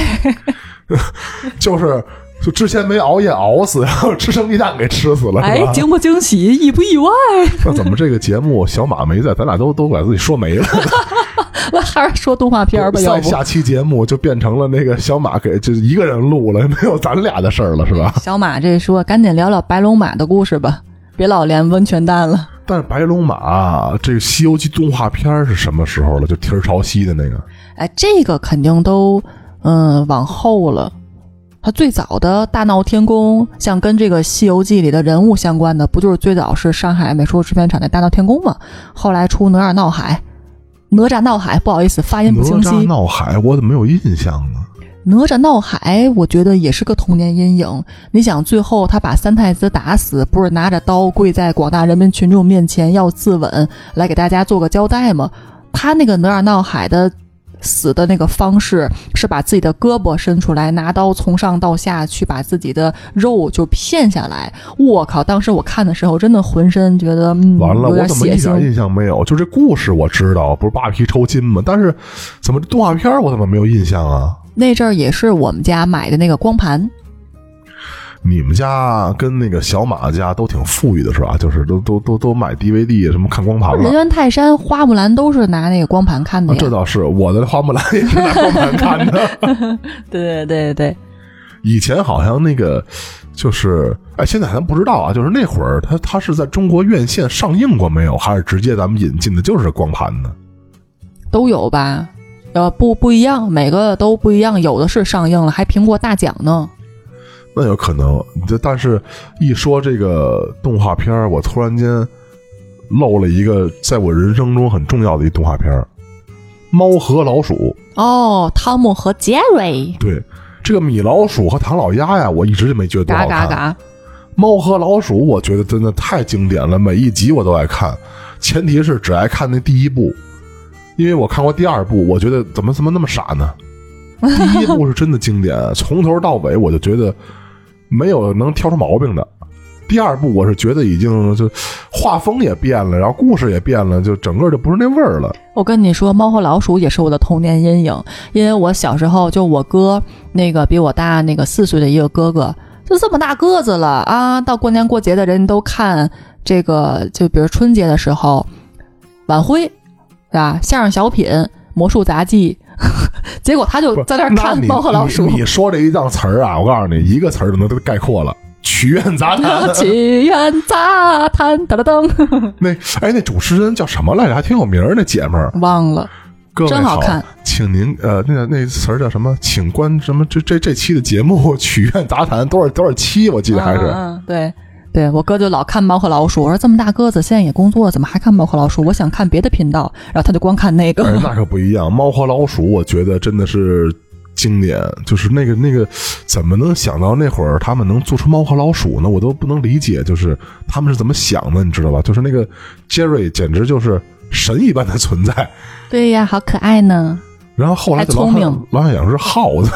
Speaker 3: 就是就之前没熬夜熬死，然后吃生鸡蛋给吃死了， 是吧？
Speaker 2: 不哎惊喜，意不意外？
Speaker 3: 那怎么这个节目小马没在，咱俩都都把自己说 没了？
Speaker 2: 我 还是说动画片儿 吧，要
Speaker 3: 下
Speaker 2: 不
Speaker 3: 下期节目就变成了那个小马给就是一个人录了，没有咱俩的事儿了，是吧？
Speaker 2: 小马这说，赶紧聊聊白龙马的故事吧，别老连温泉蛋了。
Speaker 3: 但是白龙马这个《西游记》动画片儿是什么时候了？就蹄儿朝西的那个，
Speaker 2: 哎，这个肯定都嗯往后了，它最早的大闹天宫，像跟这个《西游记》里的人物相关的，不就是最早是上海美术制片厂的大闹天宫吗？后来出哪吒闹海，哪吒闹海，不好意思，发哎音不
Speaker 3: 哪
Speaker 2: 清晰。
Speaker 3: 吒闹海，我怎么没有印象呢？
Speaker 2: 哪吒闹海，我觉得也是个童年阴影。你想，最后他把三太子打死，不是拿着刀跪在广大人民群众面前要自刎，来给大家做个交代吗？他那个哪吒闹海的死的那个方式，是把自己的胳膊伸出来，拿刀从上到下去把自己的肉就片下来。我靠！当时我看的时候，真的浑身觉得，嗯，
Speaker 3: 完了，
Speaker 2: 有
Speaker 3: 我
Speaker 2: 点
Speaker 3: 怎么
Speaker 2: 血
Speaker 3: 一点
Speaker 2: 腥。
Speaker 3: 印象没有？就这故事我知道，不是扒皮抽筋吗？但是怎么这动画片我怎么没有印象啊？
Speaker 2: 那阵儿也是我们家买的那个光盘，
Speaker 3: 你们家跟那个小马家都挺富裕的是吧？就是都都都都买 DVD 什么看光盘
Speaker 2: 人
Speaker 3: 了。
Speaker 2: 猿泰山、花木兰都是拿那个光盘看的
Speaker 3: 啊
Speaker 2: 呀。
Speaker 3: 这倒是，我的花木兰也是拿光盘看的。
Speaker 2: 对对对对，
Speaker 3: 以前好像那个就是，哎，现在咱不知道啊。就是那会儿，它它是在中国院线上映过没有，还是直接咱们引进的就是光盘呢？
Speaker 2: 都有吧？呃，不不一样，每个都不一样，有的是上映了，还评过大奖呢。
Speaker 3: 那有可能，这但是一说这个动画片儿，我突然间漏了一个在我人生中很重要的一动画片儿《猫和老鼠》。
Speaker 2: 哦，汤姆和杰瑞，
Speaker 3: 对，这个米老鼠和唐老鸭呀，我一直就没觉得多
Speaker 2: 嘎
Speaker 3: 好
Speaker 2: 嘎
Speaker 3: 看。
Speaker 2: 嘎，
Speaker 3: 猫和老鼠，我觉得真的太经典了，每一集我都爱看，前提是只爱看那第一部，因为我看过第二部，我觉得怎么怎么那么傻 呢？第一部是真的经典，从头到尾我就觉得没有能挑出毛病的。第二部我是觉得已经就画风也变了，然后故事也变了，就整个就不是那味儿了。
Speaker 2: 我跟你说，《猫和老鼠》也是我的童年阴影，因为我小时候就我哥那个比我大那个四岁的一个哥哥，就这么大个子了啊，到过年过节的人都看这个，就比如春节的时候，晚会啊，相声小品、魔术杂技， 结果他就
Speaker 3: 不是
Speaker 2: 在那儿看
Speaker 3: 你
Speaker 2: 《猫和老鼠
Speaker 3: 你。》你说这一档词儿啊，我告诉你，一个词儿就能概括了，曲苑杂谈。
Speaker 2: 起源啊杂谈，噔噔噔，
Speaker 3: 那哎，那主持人叫什么来着？还挺有名儿，那姐们儿。
Speaker 2: 忘了，
Speaker 3: 各位
Speaker 2: 真好看
Speaker 3: 请您呃，那个那词儿叫什么？请关什么？这这这期的节目《曲苑杂谈》多少多少期？我记得还是、
Speaker 2: 嗯嗯对。对我哥就老看猫和老鼠，我说这么大个子，现在也工作，怎么还看猫和老鼠？我想看别的频道，然后他就光看那
Speaker 3: 哎
Speaker 2: 个。
Speaker 3: 那可不一样。猫和老鼠，我觉得真的是经典，就是那个那个，怎么能想到那会儿他们能做出猫和老鼠呢？我都不能理解，就是他们是怎么想的，你知道吧？就是那个 Jerry 简直就是神一般的存在。
Speaker 2: 对呀，好可爱呢。
Speaker 3: 然后后来就老
Speaker 2: 还聪
Speaker 3: 想
Speaker 2: 明
Speaker 3: 老想养只耗子，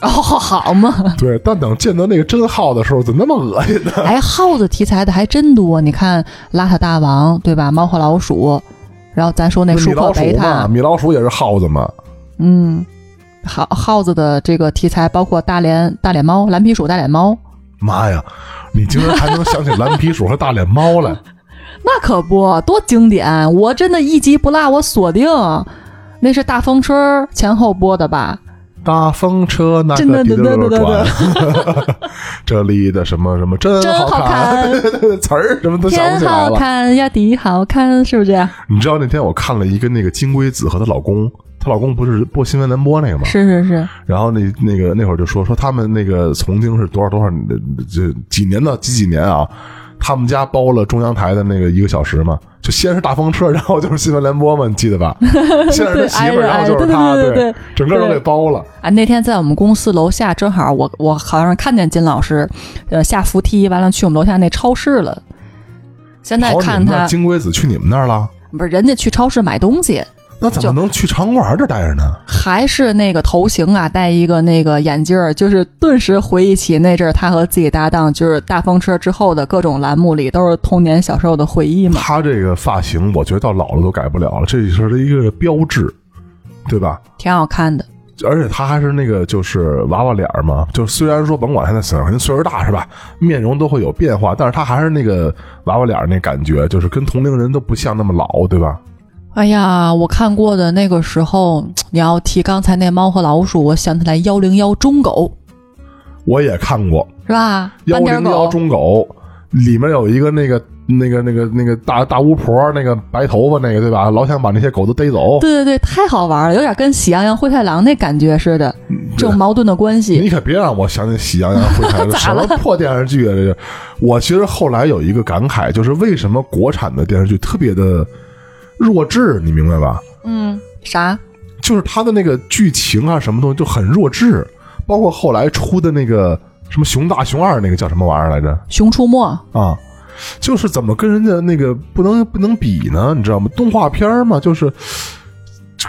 Speaker 2: 哦，好嘛，
Speaker 3: 对。但等见到那个真耗的时候，怎么那么恶心呢？
Speaker 2: 哎，耗子题材的还真多。你看《邋遢大王》对吧？猫和老鼠，然后咱说那舒
Speaker 3: 米
Speaker 2: 克
Speaker 3: 老
Speaker 2: 贝
Speaker 3: 鼠嘛，
Speaker 2: 塔，
Speaker 3: 米老鼠也是耗子嘛。
Speaker 2: 嗯，好耗子的这个题材包括大脸大脸猫、蓝皮鼠、大脸猫，
Speaker 3: 妈呀，你竟然还能想起蓝皮鼠和大脸猫 来？
Speaker 2: 那可不，多经典！我真的一集不落，我锁定。那是大风车前后播的吧？
Speaker 3: 大风车那个滴溜溜转， 这里的什么什么真
Speaker 4: 真好
Speaker 3: 看， 对对对词儿什么都想不
Speaker 2: 天
Speaker 3: 起来
Speaker 2: 好
Speaker 3: 了。
Speaker 2: 看呀，地好看，是不 是？
Speaker 3: 你知道那天我看了一个那个金龟子和她老公，她老公不是播新闻联播那个吗？
Speaker 2: 是是是，
Speaker 3: 然后那那个那会儿就说说他们那个呃曾经是多少多少这几年到几几年啊，他们家包了中央台的那个一个小时嘛，就先是大风车，然后就是新闻联播嘛，你记得吧？先是他媳妇儿，
Speaker 2: 挨着
Speaker 3: 然后就是
Speaker 2: 挨着
Speaker 3: 他，
Speaker 2: 对对对对
Speaker 3: 整个都给包了。
Speaker 2: 啊，那天在我们公司楼下，正好我我好像看见金老师，呃，下扶梯完了去我们楼下那超市了。现在
Speaker 3: 跑你
Speaker 2: 看
Speaker 3: 们那儿
Speaker 2: 他
Speaker 3: 金龟子去你们那儿了，
Speaker 2: 不是人家去超市买东西，
Speaker 3: 那怎么能去场馆这儿待着呢？
Speaker 2: 还是那个头型啊，戴一个那个眼镜儿，就是顿时回忆起那阵儿他和自己搭档，就是大风车之后的各种栏目里，都是童年小时候的回忆嘛。
Speaker 3: 他这个发型，我觉得到老了都改不了了，这是一个标志，对吧？
Speaker 2: 挺好看的。
Speaker 3: 而且他还是那个就是娃娃脸儿嘛，就虽然说甭管现在岁数岁数大是吧，面容都会有变化，但是他还是那个娃娃脸儿那感觉，就是跟同龄人都不像那么老，对吧？
Speaker 2: 哎呀，我看过的那个时候，你要提刚才那猫和老鼠，我想起来幺零幺中狗
Speaker 3: 我也看过
Speaker 2: 是吧？
Speaker 3: 《幺
Speaker 2: 斑点
Speaker 3: 零幺
Speaker 2: 狗，
Speaker 3: 中狗》，里面有一个那个那个那个那个大大巫婆，那个白头发那个对吧？老想把那些狗都逮走，
Speaker 2: 嗯对对对，太好玩了，有点跟喜羊羊、灰太狼那感觉似的。嗯
Speaker 3: 觉
Speaker 2: 正矛盾的关系。
Speaker 3: 你可别让我想起《喜羊羊 灰太狼》什么破电视剧啊！这是我其实后来有一个感慨，就是为什么国产的电视剧特别的弱智，你明白吧？
Speaker 2: 嗯，啥？
Speaker 3: 就是它的那个剧情啊，什么东西就很弱智，包括后来出的那个什么《熊大熊二》那个叫什么玩意儿来着
Speaker 2: 《熊出没》
Speaker 3: 啊？就是怎么跟人家那个不能不能比呢？你知道吗？动画片儿嘛，就是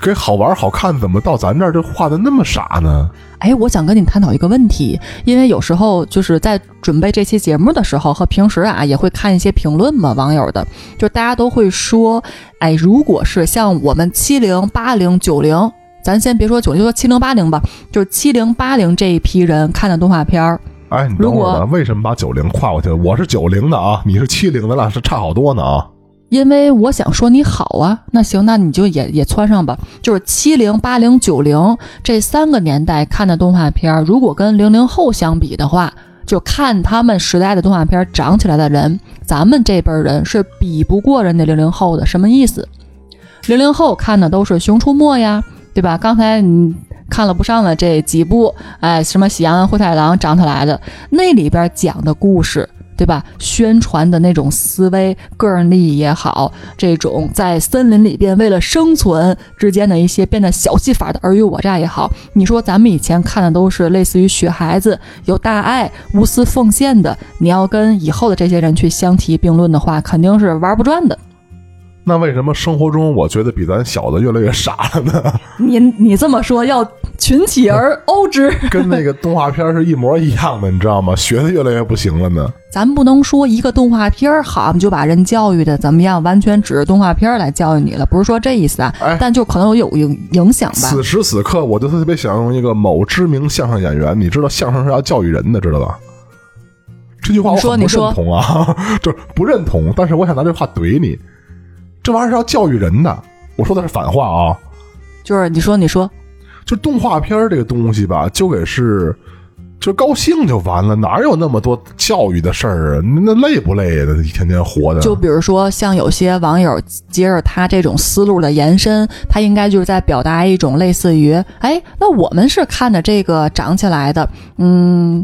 Speaker 3: 给好玩好看，怎么到咱这儿就画的那么傻呢？
Speaker 2: 哎，我想跟你探讨一个问题，因为有时候就是在准备这期节目的时候和平时啊，也会看一些评论嘛，网友的，就大家都会说，哎，如果是像我们七零、八零、九零，咱先别说九零，就说七零、八零吧，就是七零、八零这一批人看的动画片儿，
Speaker 3: 哎，你等会儿
Speaker 2: 如
Speaker 3: 吧，为什么把九零跨过去了？我是九零的啊， 你是七零的，那是差好多呢啊！
Speaker 2: 因为我想说你好啊，那行，那你就也也穿上吧。就是七零、八零、九零这三个年代看的动画片儿，如果跟零零后相比的话，就看他们时代的动画片儿长起来的人，咱们这辈儿人是比不过人家零零后的。什么意思？零零后看的都是《熊出没》呀，对吧？刚才你看了不上了这几部，哎，什么《喜羊羊灰太狼》长起来的，那里边讲的故事，对吧？宣传的那种思维、个人利益也好，这种在森林里边为了生存之间的一些变得小戏法的尔虞我诈也好，你说咱们以前看的都是类似于雪孩子有大爱、无私奉献的，你要跟以后的这些人去相提并论的话，肯定是玩不转的。
Speaker 3: 那为什么生活中我觉得比咱小的越来越傻了呢？
Speaker 2: 你你这么说要群起而殴之，
Speaker 3: 跟那个动画片是一模一样的，你知道吗？学的越来越不行了呢。
Speaker 2: 咱不能说一个动画片儿好，你就把人教育的怎么样，完全指着动画片儿来教育你了，不是说这意思啊，
Speaker 3: 哎
Speaker 2: 但就可能有影影响吧。
Speaker 3: 此时此刻，我就特别想用一个某知名相声演员，你知道相声是要教育人的，知道吧？这句话我很
Speaker 2: 你
Speaker 3: 不
Speaker 2: 说
Speaker 3: 认同啊， 就是不认同，但是我想拿这话怼你，这玩意儿是要教育人的。我说的是反话啊，
Speaker 2: 就是你说你说，
Speaker 3: 就动画片儿这个东西吧，就给是就高兴就完了，哪有那么多教育的事儿啊？那累不累呀？一天天活的，
Speaker 2: 嗯就比如说哎像有些网友接着他这种思路的延伸，他应该就是在表达一种类似于，哎，那我们是看着这个长起来的，嗯，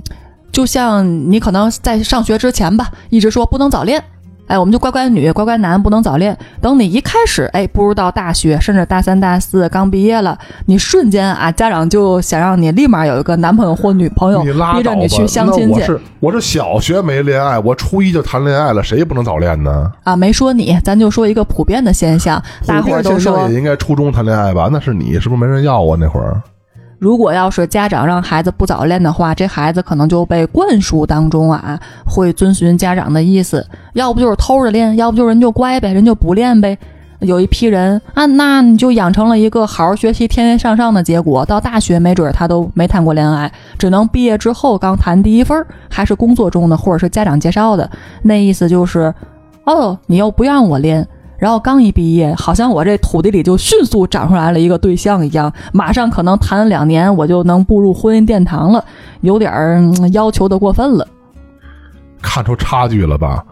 Speaker 2: 就像你可能在上学之前吧，一直说不能早恋。哎，我们就乖乖女、乖乖男，不能早恋。等你一开始，哎，步入到大学，甚至大三、大四刚毕业了，你瞬间啊，家长就想让你立马有一个男朋友或女朋友，
Speaker 3: 你
Speaker 2: 逼
Speaker 3: 拉
Speaker 2: 着
Speaker 3: 倒吧。
Speaker 2: 你去相亲
Speaker 3: 那我
Speaker 2: 去
Speaker 3: 是我是小学没恋爱，我初一就谈恋爱了，谁也不能早恋呢？
Speaker 2: 啊！没说你，咱就说一个普遍的现象，大伙儿都
Speaker 3: 普遍现
Speaker 2: 说
Speaker 3: 象也应该初中谈恋爱吧？那是你是不是没人要啊？那会儿
Speaker 2: 如果要是家长让孩子不早恋的话，这孩子可能就被灌输当中啊，会遵循家长的意思，要不就是偷着练，要不就人就乖呗，人就不练呗。有一批人啊，那你就养成了一个好好学习、天天向上的结果，到大学没准儿他都没谈过恋爱，只能毕业之后刚谈第一份儿，还是工作中的或者是家长介绍的，那意思就是，哦，你又不让我练，然后刚一毕业，好像我这土地里就迅速长出来了一个对象一样，马上可能谈了两年，我就能步入婚姻殿堂了，有点儿、嗯要求的过分了。
Speaker 3: 看出差距了吧？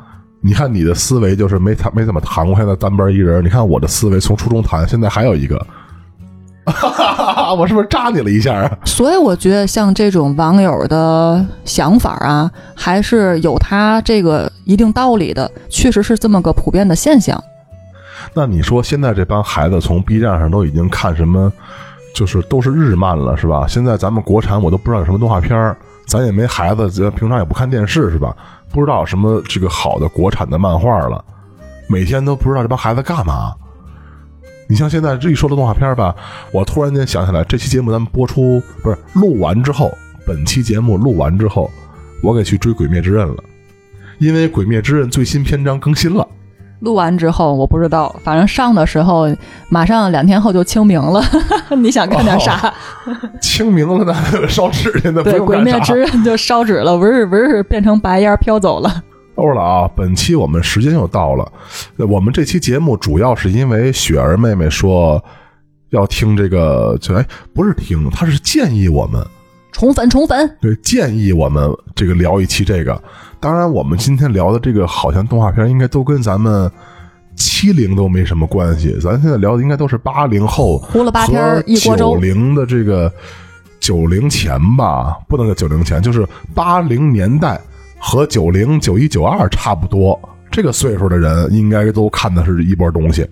Speaker 3: 你看你的思维就是没谈没怎么谈过，现在单班一人。你看我的思维从初中谈，现在还有一个， 我是不是扎你了一下啊？
Speaker 2: 所以我觉得像这种网友的想法啊，还是有他这个一定道理的，确实是这么个普遍的现象。
Speaker 3: 那你说现在这帮孩子从 B 站上都已经看什么，就是都是日漫了，是吧？现在咱们国产我都不知道有什么动画片儿，咱也没孩子，这平常也不看电视，是吧？不知道有什么这个好的国产的漫画了，每天都不知道这帮孩子干嘛。你像现在这一说到动画片儿吧，我突然间想起来，这期节目咱们播出不是录完之后，本期节目录完之后，我给去追《鬼灭之刃》了，因为《鬼灭之刃》最新篇章更新了。
Speaker 2: 录完之后我不知道，反正上的时候马上两天后就清明了， 你想干点啥？
Speaker 3: 清明了，那烧纸去，那不
Speaker 2: 对，
Speaker 3: 用
Speaker 2: 鬼
Speaker 3: 干
Speaker 2: 灭
Speaker 3: 啥。
Speaker 2: 之刃就烧纸了，纹儿纹儿变成白烟儿飘走了。
Speaker 3: 欧了啊！本期我们时间又到了，呃我们这期节目主要是因为雪儿妹妹说要听这个，就哎，不是听，她是建议我们，
Speaker 2: 宠粉宠粉，
Speaker 3: 对，建议我们这个聊一期这个。当然，我们今天聊的这个好像动画片应该都跟咱们七零都没什么关系，咱现在聊的应该都是八零后
Speaker 2: 胡了八天儿一锅粥
Speaker 3: 九零的这个。九零前吧，不能叫九零前，就是八零年代和九零、九一、九二差不多这个岁数的人，应该都看的是一波东西。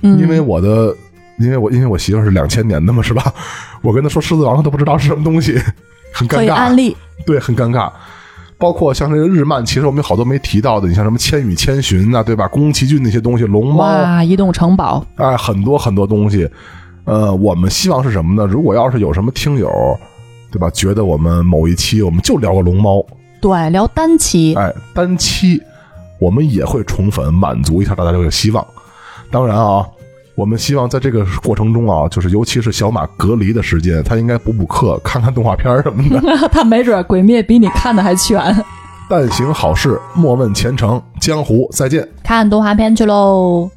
Speaker 2: 嗯，
Speaker 3: 因为我的，因为我因为我媳妇儿是两千年的嘛，是吧？ 我跟她说《狮子王》，她都不知道是什么东西，很
Speaker 2: 可
Speaker 3: 尴
Speaker 2: 以安
Speaker 3: 尬，
Speaker 2: 利，
Speaker 3: 对，很尴尬。包括像这个日漫，其实我们有好多没提到的，你像什么《千与千寻》呐，对吧？宫崎骏那些东西，龙猫啊
Speaker 2: 哇，移动城堡，
Speaker 3: 哎，很多很多东西。呃，我们希望是什么呢？如果要是有什么听友，对吧？觉得我们某一期我们就聊个龙猫，
Speaker 2: 对，聊单期，
Speaker 3: 哎，单期我们也会宠粉，满足一下大家这个希望。当然啊，我们希望在这个过程中啊，就是尤其是小马隔离的时间，他应该补补课，看看动画片儿什么的。
Speaker 2: 他没准儿鬼灭比你看的还全。
Speaker 3: 但行好事，莫问前程。江湖再见。
Speaker 2: 看动画片去喽。